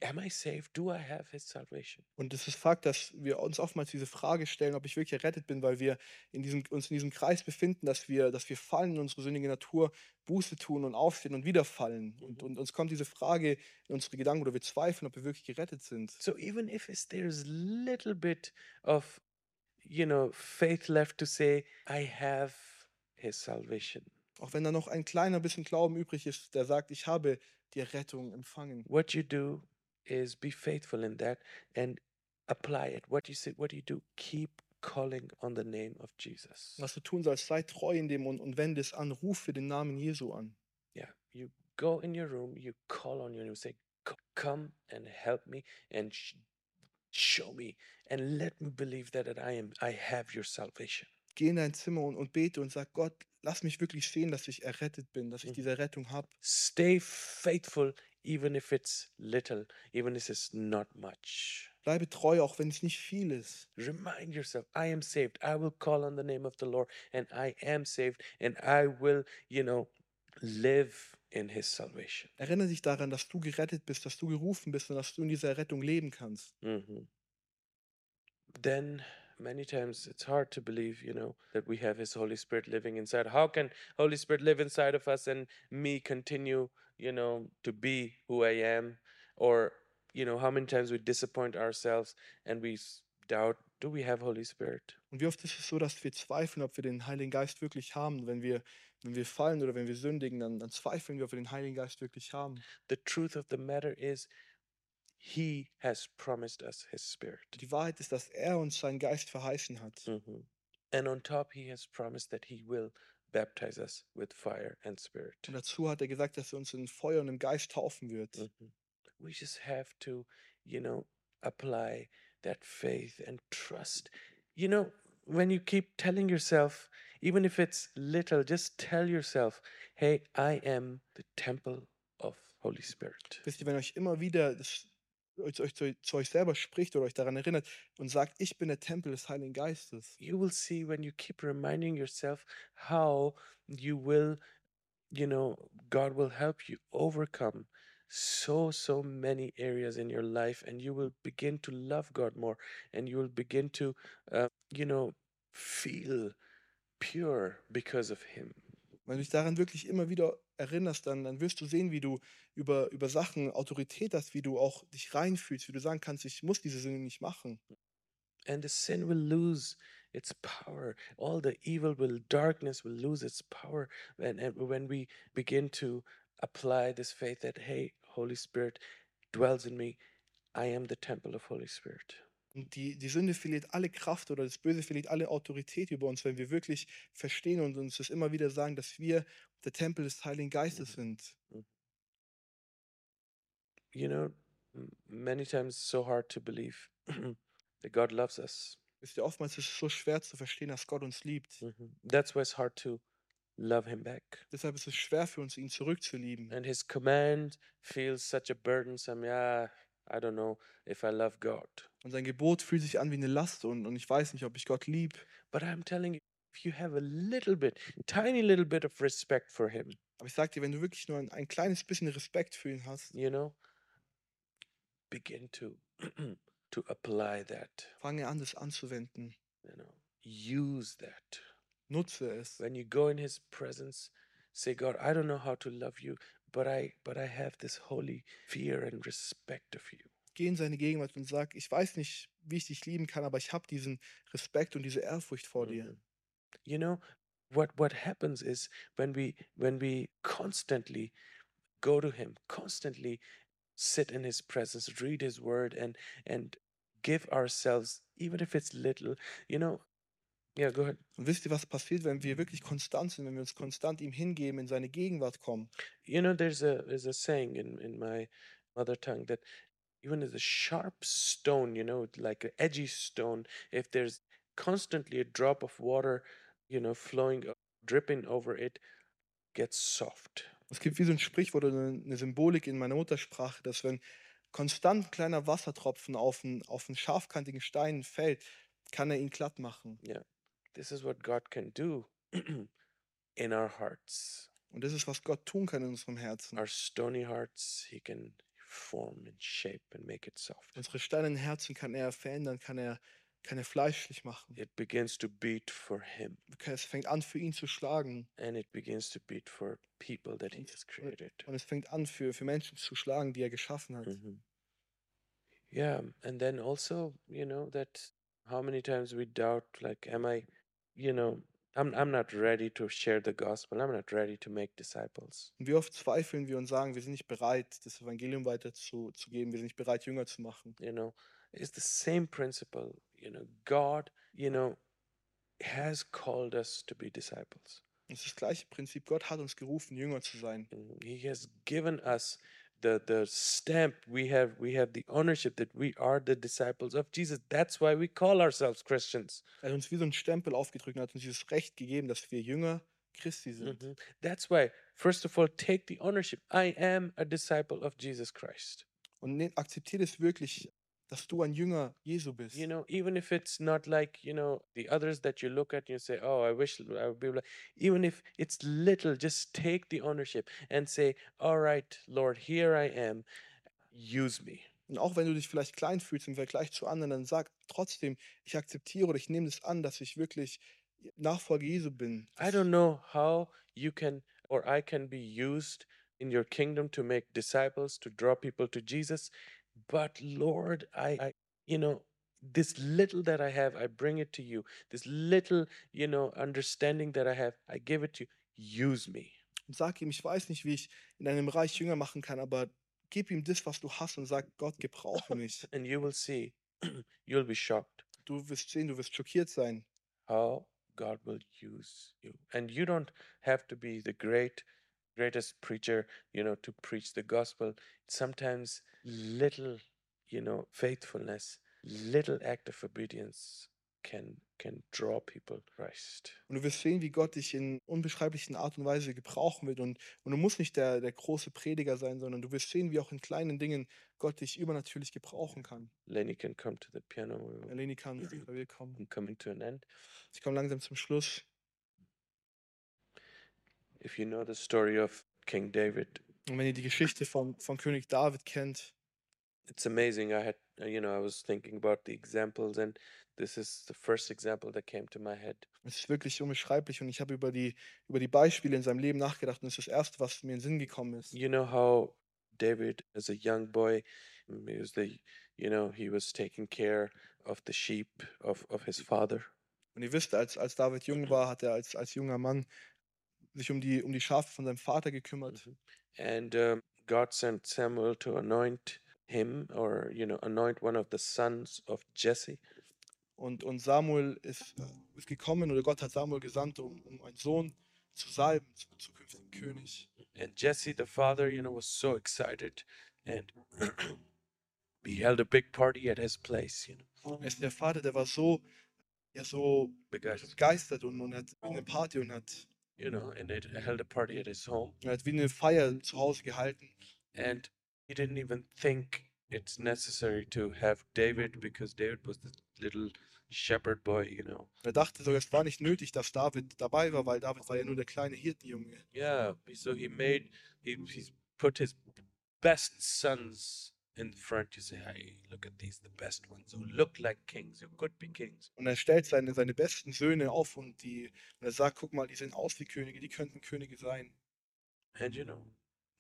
[SPEAKER 1] am i saved do i have his salvation
[SPEAKER 2] Und es ist Fakt, dass wir uns oftmals diese Frage stellen, ob ich wirklich errettet bin, weil wir in diesem, uns in diesem Kreis befinden, dass wir, dass wir fallen in unsere sündige Natur, Buße tun und aufstehen und wieder fallen. Und, und uns kommt diese Frage in unsere Gedanken oder wir zweifeln, ob wir wirklich gerettet sind.
[SPEAKER 1] so even if it's, there's little bit of you know faith left to say i have his salvation
[SPEAKER 2] Auch wenn da noch ein kleiner bisschen Glauben übrig ist, der sagt, ich habe die Errettung empfangen.
[SPEAKER 1] what you do is be faithful in that and apply it what you say what you do keep calling on the name of jesus
[SPEAKER 2] Was du tun sollst, sei treu in dem und, und wende es an, rufe den Namen Jesu an.
[SPEAKER 1] yeah you go in your room you call on your name say "Co- come and help me and sh- show me and let me believe that, that i am i have your salvation
[SPEAKER 2] Geh in dein Zimmer und, und bete und sag, Gott, lass mich wirklich sehen, dass ich errettet bin, dass ich
[SPEAKER 1] Mhm.
[SPEAKER 2] diese Rettung habe.
[SPEAKER 1] stay faithful even if it's little even if it's not much
[SPEAKER 2] Bleibe treu, auch wenn es nicht viel ist.
[SPEAKER 1] Remind yourself, I am saved. I will call on the name of the Lord and I am saved and I will, you know, live in his salvation.
[SPEAKER 2] Erinnere dich daran, dass du gerettet bist, dass du gerufen bist und dass du in dieser Rettung leben kannst.
[SPEAKER 1] Mhm. Then many times it's hard to believe, you know, that we have his Holy Spirit living inside. How can Holy Spirit live inside of us and me continue, you know, to be who I am? Or, you know, how many times we disappoint ourselves and we s- doubt, do we have Holy Spirit?
[SPEAKER 2] Und wie oft ist es so, dass wir zweifeln, ob wir den Heiligen Geist wirklich haben, wenn wir Wenn wir fallen oder wenn wir sündigen, dann, dann zweifeln wir, ob wir den Heiligen Geist wirklich haben.
[SPEAKER 1] The truth of the matter is, He has promised us His Spirit.
[SPEAKER 2] Die Wahrheit ist, dass er uns seinen Geist verheißen hat.
[SPEAKER 1] Mhm. And on top, He has promised that He will baptize us with fire and Spirit.
[SPEAKER 2] Und dazu hat er gesagt, dass er uns in Feuer und im Geist taufen wird.
[SPEAKER 1] Mhm. We just have to, you know, apply that faith and trust. You know, when you keep telling yourself, even if it's little, just tell yourself, hey, I am the temple of Holy Spirit.
[SPEAKER 2] Wisst ihr, wenn euch immer wieder das, euch, euch, zu, zu euch selber spricht oder euch daran erinnert und sagt, ich bin der Tempel des Heiligen Geistes,
[SPEAKER 1] You will see when you keep reminding yourself how you will, you know, God will help you overcome so, so many areas in your life, and you will begin to love God more, and you will begin to, uh, you know, feel pure because of Him.
[SPEAKER 2] wenn du dich daran wirklich immer wieder erinnerst, dann, dann wirst du sehen, wie du über, über Sachen Autorität hast, wie du auch dich reinfühlst, wie du sagen kannst, ich muss diese Sünde nicht machen.
[SPEAKER 1] And the sin will lose its power. All the evil will, darkness will lose its power. And, and when we begin to apply this faith that, hey, Holy Spirit dwells in me, I am the temple of Holy Spirit.
[SPEAKER 2] Und die, die Sünde verliert alle Kraft oder das Böse verliert alle Autorität über uns, wenn wir wirklich verstehen und uns das immer wieder sagen, dass wir der Tempel des Heiligen Geistes sind.
[SPEAKER 1] You know, m- many times it's so hard to believe that God loves us.
[SPEAKER 2] Wisst ihr, oftmals ist es so schwer zu verstehen, dass Gott uns
[SPEAKER 1] Mhm.
[SPEAKER 2] liebt.
[SPEAKER 1] That's why it's hard to love Him back.
[SPEAKER 2] Deshalb ist es schwer für uns, ihn zurückzulieben.
[SPEAKER 1] And His command feels such a burdensome. Yeah, I don't know if I love God.
[SPEAKER 2] Und sein Gebot fühlt sich an wie eine Last und, und ich weiß nicht, ob ich Gott lieb.
[SPEAKER 1] But I'm telling you, if you have a little bit, tiny little bit of respect for him,
[SPEAKER 2] Aber ich sag dir, wenn du wirklich nur ein, ein kleines bisschen Respekt für ihn hast,
[SPEAKER 1] you know, begin to to apply that,
[SPEAKER 2] fange an, das anzuwenden.
[SPEAKER 1] you know, use that.
[SPEAKER 2] Nutze es.
[SPEAKER 1] When you go in his presence, say, God, I don't know how to love you, but I but I have this holy fear and respect of you.
[SPEAKER 2] Geh in seine Gegenwart und sag, ich weiß nicht, wie ich dich lieben kann, aber ich habe diesen Respekt und diese Ehrfurcht vor dir.
[SPEAKER 1] Mhm. You know, what what happens is when we when we constantly go to him, constantly sit in his presence, read his word and and give ourselves even if it's little, you know. Yeah, go ahead.
[SPEAKER 2] Und wisst ihr, was passiert, wenn wir wirklich konstant sind, wenn wir uns konstant ihm hingeben, in seine Gegenwart kommen?
[SPEAKER 1] You know, there's a there's a saying in in my mother tongue that even as a sharp stone, you know, like an edgy stone, if there's constantly a drop of water, you know, flowing, o- dripping over it, gets soft.
[SPEAKER 2] Es gibt wie so ein Sprichwort oder eine eine Symbolik in meiner Muttersprache, dass wenn konstant ein kleiner Wassertropfen auf einen, auf einen scharfkantigen Stein fällt, kann er ihn glatt machen.
[SPEAKER 1] This is what God can do in our hearts,
[SPEAKER 2] Und das ist, was Gott tun kann in unserem Herzen.
[SPEAKER 1] our stony hearts. He can form and shape and make it soft.
[SPEAKER 2] Unsere steinernen Herzen kann er verändern, kann er, kann er fleischlich machen.
[SPEAKER 1] It begins to beat for Him,
[SPEAKER 2] Es fängt an, für ihn zu schlagen.
[SPEAKER 1] and it begins to beat for people that He
[SPEAKER 2] Und-
[SPEAKER 1] has created.
[SPEAKER 2] Und es fängt an, für, für Menschen zu schlagen, die er geschaffen hat.
[SPEAKER 1] Mhm. Yeah, and then also, you know, that how many times we doubt, like, am I, you know, I'm I'm not ready to share the gospel. I'm not ready to make disciples.
[SPEAKER 2] Und wie oft zweifeln wir und sagen, wir sind nicht bereit, das Evangelium weiterzugeben, wir sind nicht bereit, Jünger zu machen.
[SPEAKER 1] You know, it's the same principle. You know, God, you know, has called us to be disciples.
[SPEAKER 2] Und es ist das gleiche Prinzip. Gott hat uns gerufen, Jünger zu sein.
[SPEAKER 1] Mm, He has given us the the stamp we have we have the ownership that we are the disciples of Jesus. That's why we call ourselves Christians.
[SPEAKER 2] Er hat uns wie so einen Stempel aufgedrückt und hat uns dieses Recht gegeben, dass wir Jünger Christi sind.
[SPEAKER 1] Mhm. That's why, first of all, take the ownership. I am a disciple of Jesus Christ.
[SPEAKER 2] Und ne, akzeptiert es wirklich, dass du ein Jünger Jesu bist.
[SPEAKER 1] You know, even if it's not like, you know, the others that you look at and you say, oh, I wish l- I would be like, even if it's little, just take the ownership and say, all right, Lord, here I am, use me.
[SPEAKER 2] Und auch wenn du dich vielleicht klein fühlst im Vergleich zu anderen, dann sag trotzdem, ich akzeptiere oder ich nehme das an, dass ich wirklich Nachfolger Jesu bin.
[SPEAKER 1] I don't know how you can or I can be used in your kingdom to make disciples, to draw people to Jesus. But Lord, I, I you know, this little that I have, I bring it to you. This little, you know, understanding that I have, I give it to you. use me.
[SPEAKER 2] Und sag ihm, ich weiß nicht, wie ich in deinem Reich Jünger machen kann, aber gib ihm das, was du hast und sag, Gott, gebrauche mich.
[SPEAKER 1] And you will see, you'll be shocked
[SPEAKER 2] Du wirst sehen, du wirst schockiert sein.
[SPEAKER 1] how God will use you. And you don't have to be the great, greatest preacher, you know, to preach the gospel. Sometimes little, you know, faithfulness, little act of obedience can can draw people to Christ.
[SPEAKER 2] Und du wirst sehen, wie Gott dich in unbeschreiblichen Art und Weise gebrauchen wird. Und, und du musst nicht der, der große Prediger sein, sondern du wirst sehen, wie auch in kleinen Dingen Gott dich übernatürlich gebrauchen kann.
[SPEAKER 1] Lenny can come to the piano. We will-
[SPEAKER 2] Eleni kann zum Klavier kommen.
[SPEAKER 1] I'm coming to an end.
[SPEAKER 2] Ich komme langsam zum Schluss.
[SPEAKER 1] If you know the story of King David,
[SPEAKER 2] Und wenn ihr die Geschichte von, von König David kennt,
[SPEAKER 1] it's amazing. I had, uh, you know, I was thinking about the examples, and this is the first example that came to my head.
[SPEAKER 2] es ist wirklich unbeschreiblich. Und ich habe über die, über die Beispiele in seinem Leben nachgedacht. Und es ist das Erste, was mir in den Sinn gekommen ist.
[SPEAKER 1] You know how David, as a young boy, mm, he was the, you know, he was taking care of the sheep of, of his father.
[SPEAKER 2] Und ihr wisst, als, als David jung war, hat er als, als junger Mann sich um die, um die Schafe von seinem Vater gekümmert.
[SPEAKER 1] And um, God sent Samuel to anoint him, or, you know, anoint one of the sons of Jesse.
[SPEAKER 2] Und, und Samuel ist, äh, ist gekommen oder Gott hat Samuel gesandt, um, um einen Sohn zu salben, zum zukünftigen König.
[SPEAKER 1] And Jesse, the father, you know, was so excited and he held a big party at his place, you know,
[SPEAKER 2] Er ist der Vater, der war so, ja, so
[SPEAKER 1] because,
[SPEAKER 2] begeistert und, und hat wie eine Party und hat,
[SPEAKER 1] you know, and it held a party at his home.
[SPEAKER 2] er hat wie eine Feier zu Hause gehalten.
[SPEAKER 1] And he didn't even think it's necessary to have David because David was the little shepherd boy, you know.
[SPEAKER 2] Er dachte sogar, es war nicht nötig, dass David dabei war, weil David war ja nur der kleine Hirtenjunge.
[SPEAKER 1] Yeah, so he made, he, he's put his best sons in front. You say, hey, look at these, the best ones who look like kings, who could be kings.
[SPEAKER 2] Und er stellt seine, seine besten Söhne auf und, die, und er sagt, guck mal, die sehen aus wie Könige, die könnten Könige sein.
[SPEAKER 1] And you know,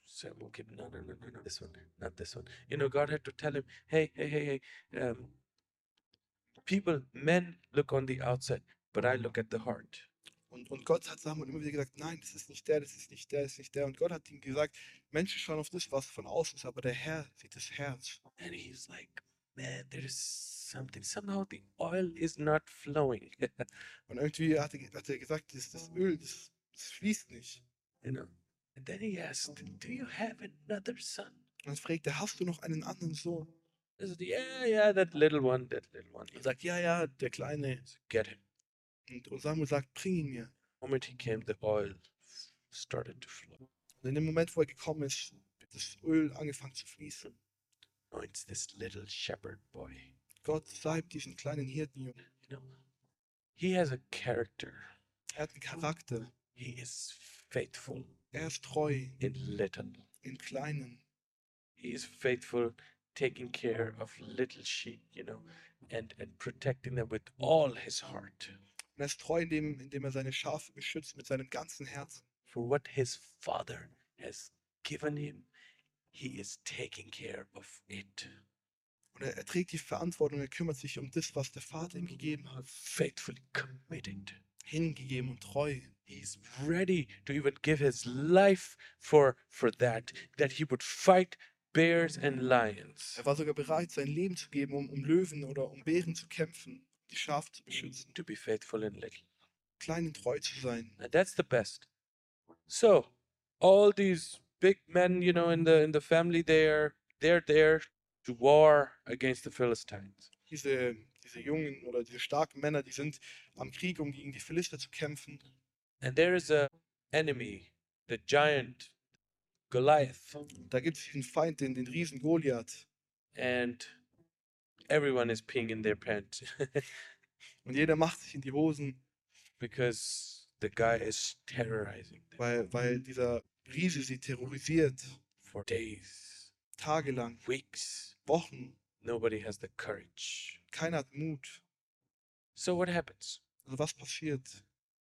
[SPEAKER 1] Samuel kept no, no, no, no, no, this one, not this one. You know, God had to tell him, hey, hey, hey, hey, um, people, men look on the outside, but I look at the heart.
[SPEAKER 2] Und, und Gott hat Samuel immer wieder gesagt, nein, das ist nicht der, das ist nicht der, das ist nicht der. Und Gott hat ihm gesagt, Menschen schauen auf das, was von außen ist, aber der Herr sieht das Herz.
[SPEAKER 1] And he's like, man, there is something. Somehow the oil is not flowing.
[SPEAKER 2] Und irgendwie hat er, hat er gesagt, das, das Öl, das, das fließt nicht.
[SPEAKER 1] you know. And then he asked, Do you have another son?
[SPEAKER 2] Und dann fragt er, hast du noch einen anderen Sohn?
[SPEAKER 1] I said, yeah, yeah, that little one, that little one.
[SPEAKER 2] Er
[SPEAKER 1] He's like,
[SPEAKER 2] sagt, ja, ja, der Kleine.
[SPEAKER 1] Get him.
[SPEAKER 2] Und, und Samuel sagt, bring ihn mir.
[SPEAKER 1] The moment he came, the oil started to flow.
[SPEAKER 2] Und in dem Moment, wo er gekommen ist, hat das Öl angefangen zu fließen.
[SPEAKER 1] Anoints this little shepherd boy.
[SPEAKER 2] Gott salbt diesen kleinen Hirtenjungen.
[SPEAKER 1] You know, he has a character.
[SPEAKER 2] Er hat einen Charakter.
[SPEAKER 1] He is faithful
[SPEAKER 2] Er ist treu
[SPEAKER 1] in little.
[SPEAKER 2] im Kleinen.
[SPEAKER 1] He is faithful, taking care of little sheep, you know, and, and protecting them with all his heart.
[SPEAKER 2] Und er ist treu, indem, indem er seine Schafe beschützt mit seinem ganzen Herzen.
[SPEAKER 1] For what his father has given him, he is taking care of it.
[SPEAKER 2] Und er, er trägt die Verantwortung, er kümmert sich um das, was der Vater ihm gegeben hat.
[SPEAKER 1] Uh, Faithfully committed.
[SPEAKER 2] Hingegeben und treu.
[SPEAKER 1] He's ready to even give his life for for that, that he would fight bears and lions.
[SPEAKER 2] Er war sogar bereit, sein Leben zu geben, um, um Löwen oder um Bären zu kämpfen, die Schafe zu beschützen,
[SPEAKER 1] To be faithful in little.
[SPEAKER 2] kleinen treu zu sein.
[SPEAKER 1] And that's the best. So, all these big men, you know, in the in the family, they're they're there to war against the Philistines.
[SPEAKER 2] Diese, diese jungen oder diese starken Männer, die sind am Krieg, um gegen die Philister zu kämpfen.
[SPEAKER 1] And there is a enemy, the giant Goliath,
[SPEAKER 2] Da gibt es diesen Feind, den, den Riesen Goliath.
[SPEAKER 1] and everyone is peeing in their pants
[SPEAKER 2] Und jeder macht sich in die Hosen,
[SPEAKER 1] because the guy is terrorizing them
[SPEAKER 2] weil, weil dieser Riese sie terrorisiert.
[SPEAKER 1] for days,
[SPEAKER 2] Tagelang,
[SPEAKER 1] weeks.
[SPEAKER 2] Wochen.
[SPEAKER 1] Nobody has the courage.
[SPEAKER 2] Keiner hat Mut.
[SPEAKER 1] So what happens?
[SPEAKER 2] Also was passiert?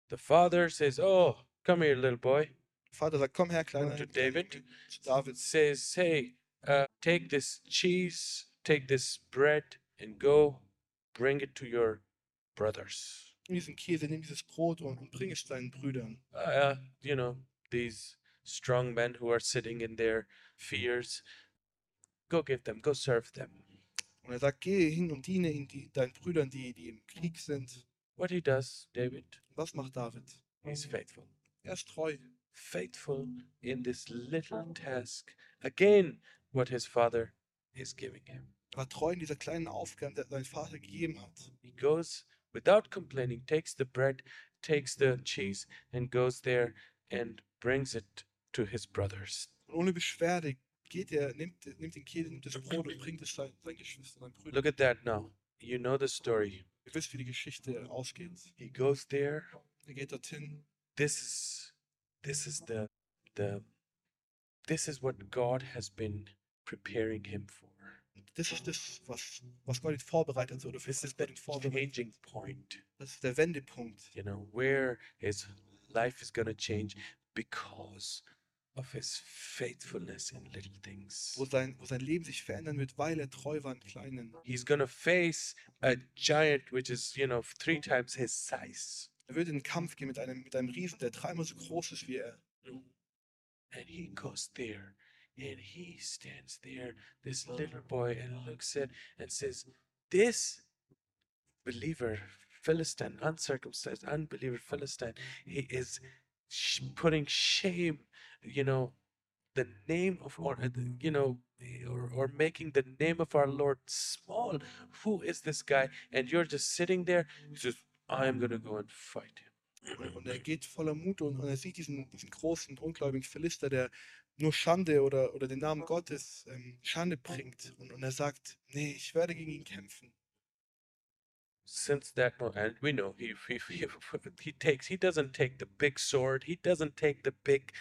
[SPEAKER 1] The father says, "Oh, come here, little boy."
[SPEAKER 2] Vater sagt, komm her, kleiner.
[SPEAKER 1] To David.
[SPEAKER 2] Zu David.
[SPEAKER 1] says, Hey, uh, take this cheese, take this bread, and go bring it to your brothers.
[SPEAKER 2] nimm diesen Käse, nimm dieses Brot und, und bring es deinen Brüdern.
[SPEAKER 1] uh, you know, these strong men who are sitting in their fears. Go give them, go serve them.
[SPEAKER 2] Und er sagt, geh hin und diene ihn, die, deinen Brüdern, die, die im Krieg sind.
[SPEAKER 1] What he does, David,
[SPEAKER 2] Was macht David?
[SPEAKER 1] he's faithful.
[SPEAKER 2] Er ist treu.
[SPEAKER 1] Faithful in this little task. Again, what his father is giving him.
[SPEAKER 2] Er war treu in dieser kleinen Aufgabe, die sein Vater gegeben hat.
[SPEAKER 1] He goes without complaining, takes the bread, takes the cheese, and goes there and brings it to his brothers.
[SPEAKER 2] Und ohne Beschwerde geht er, nimmt, nimmt den Käse, nimmt das Brot und bringt es seinen, seinen Geschwistern, seinen Brüdern.
[SPEAKER 1] Look at that now. You know the story.
[SPEAKER 2] Ihr wisst, wie die Geschichte ausgeht.
[SPEAKER 1] He goes there,
[SPEAKER 2] Er geht dorthin.
[SPEAKER 1] this is this is the the this is what God has been preparing him for.
[SPEAKER 2] Das ist das, was, was Gott ihn vorbereitet hat. Oder für
[SPEAKER 1] This is
[SPEAKER 2] was
[SPEAKER 1] the
[SPEAKER 2] Gott ihn vorbereitet.
[SPEAKER 1] changing point,
[SPEAKER 2] Das ist der Wendepunkt.
[SPEAKER 1] you know, where his life is gonna change because of his faithfulness in little things.
[SPEAKER 2] wo sein, wo sein Leben sich verändern wird, weil er treu war im Kleinen.
[SPEAKER 1] He's gonna face a giant which is, you know, three times his size.
[SPEAKER 2] Er wird in den Kampf gehen mit einem, mit einem Riesen, der dreimal so groß ist wie er.
[SPEAKER 1] And he goes there and he stands there, this little boy, and looks at and says, This believer, Philistine, uncircumcised, unbeliever Philistine, he is sh- putting shame, you know, the name of our, uh, the- you know, eh, or, or making the name of our Lord small. Who is this guy? And you're just sitting there, he says, I am going to go and fight him.
[SPEAKER 2] Und, und er geht voller Mut und, und er sieht diesen, diesen großen, ungläubigen Philister, der nur Schande oder, oder den Namen Gottes ähm, Schande bringt. Und, und er sagt, nee, ich werde gegen ihn kämpfen.
[SPEAKER 1] since that moment, and we know he, he he he takes he doesn't take the big sword, he doesn't take the big,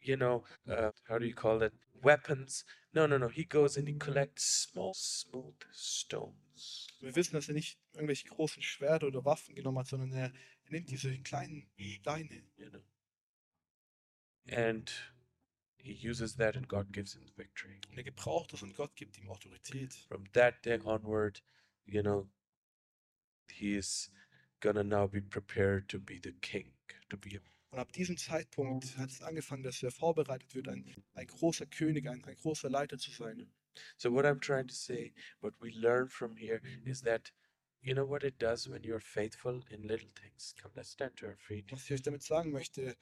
[SPEAKER 1] you know, uh, how do you call it, weapons. No, no, no. He goes and he collects small, smooth stones.
[SPEAKER 2] Wir wissen, dass er nicht irgendwelche großen Schwerter oder Waffen genommen hat, sondern er, er nimmt diese kleinen Steine.
[SPEAKER 1] you know. And he uses that, and God gives him the victory.
[SPEAKER 2] Und er gebraucht das und Gott gibt ihm Autorität.
[SPEAKER 1] From that day onward, you know, he is gonna now be prepared to be the king, to be a
[SPEAKER 2] Und ab diesem Zeitpunkt hat es angefangen, dass er vorbereitet wird, ein, ein großer König, ein, ein großer Leiter zu sein.
[SPEAKER 1] So, what I'm trying to say, what we learn from here is that you know what it does when you're faithful in little things. Come, let's stand to our feet.
[SPEAKER 2] Was ich euch damit sagen möchte,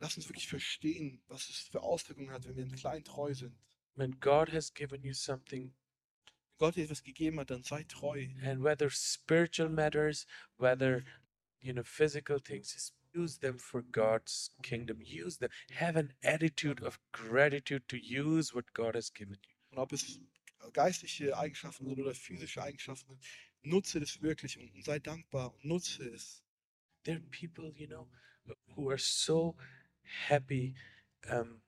[SPEAKER 2] lasst uns wirklich verstehen, was es für Auswirkungen hat, wenn wir im Kleinen treu sind.
[SPEAKER 1] When God has given you something,
[SPEAKER 2] Wenn Gott dir etwas gegeben hat, dann sei treu.
[SPEAKER 1] and whether spiritual matters, whether you know physical things, just use them for God's kingdom. Use them. Have an attitude of gratitude to use what God has given you.
[SPEAKER 2] Und ob es geistliche Eigenschaften sind oder physische Eigenschaften, nutze das wirklich und, und sei dankbar und nutze es.
[SPEAKER 1] there are people you know who are so happy um,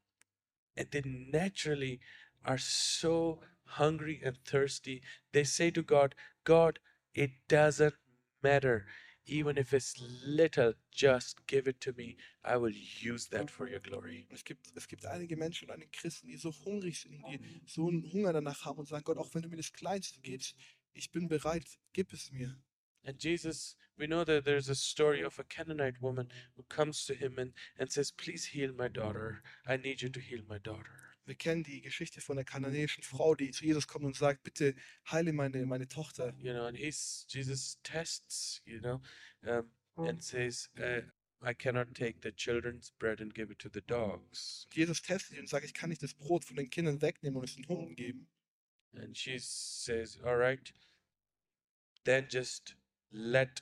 [SPEAKER 1] and they naturally are so hungry and thirsty they say to god god it doesn't matter even if it's little just give it to me i will use that for your glory
[SPEAKER 2] Und es gibt, es gibt einige Menschen und einige Christen, die so hungrig sind, und die so einen Hunger danach haben und sagen, Gott, auch wenn du mir das Kleinste gibst, ich bin bereit, gib es mir.
[SPEAKER 1] and jesus we know that there's a story of a canaanite woman who comes to him and, and says please heal my daughter i need you to heal my daughter
[SPEAKER 2] Wir kennen die Geschichte von der kananäischen Frau, die zu Jesus kommt und sagt, bitte heile meine, meine Tochter.
[SPEAKER 1] you know, and he's Jesus tests, you know, um, and says, uh, "I cannot take the children's bread and give it to the dogs."
[SPEAKER 2] Jesus testet ihn und sagt, ich kann nicht das Brot von den Kindern wegnehmen und es den Hunden geben.
[SPEAKER 1] And she says, "All right, then just let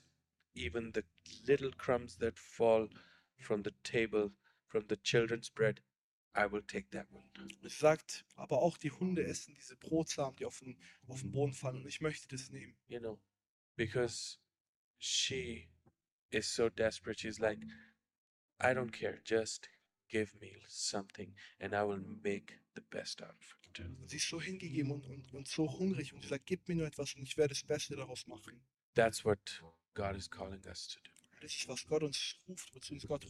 [SPEAKER 1] even the little crumbs that fall from the table from the children's bread, I will take that one."
[SPEAKER 2] Und es sagt, aber auch die Hunde essen diese Brotsamen, die auf den, auf den Boden fallen und ich möchte das nehmen.
[SPEAKER 1] you know, because she is so desperate. She's like, I don't care, just give me something and I will make the best out of it.
[SPEAKER 2] Und sie ist so hingegeben und, und, und so hungrig und sie sagt, gib mir nur etwas und ich werde das Beste daraus machen.
[SPEAKER 1] That's what God is calling us to do.
[SPEAKER 2] Das ist, was Gott uns ruft, wozu uns Gott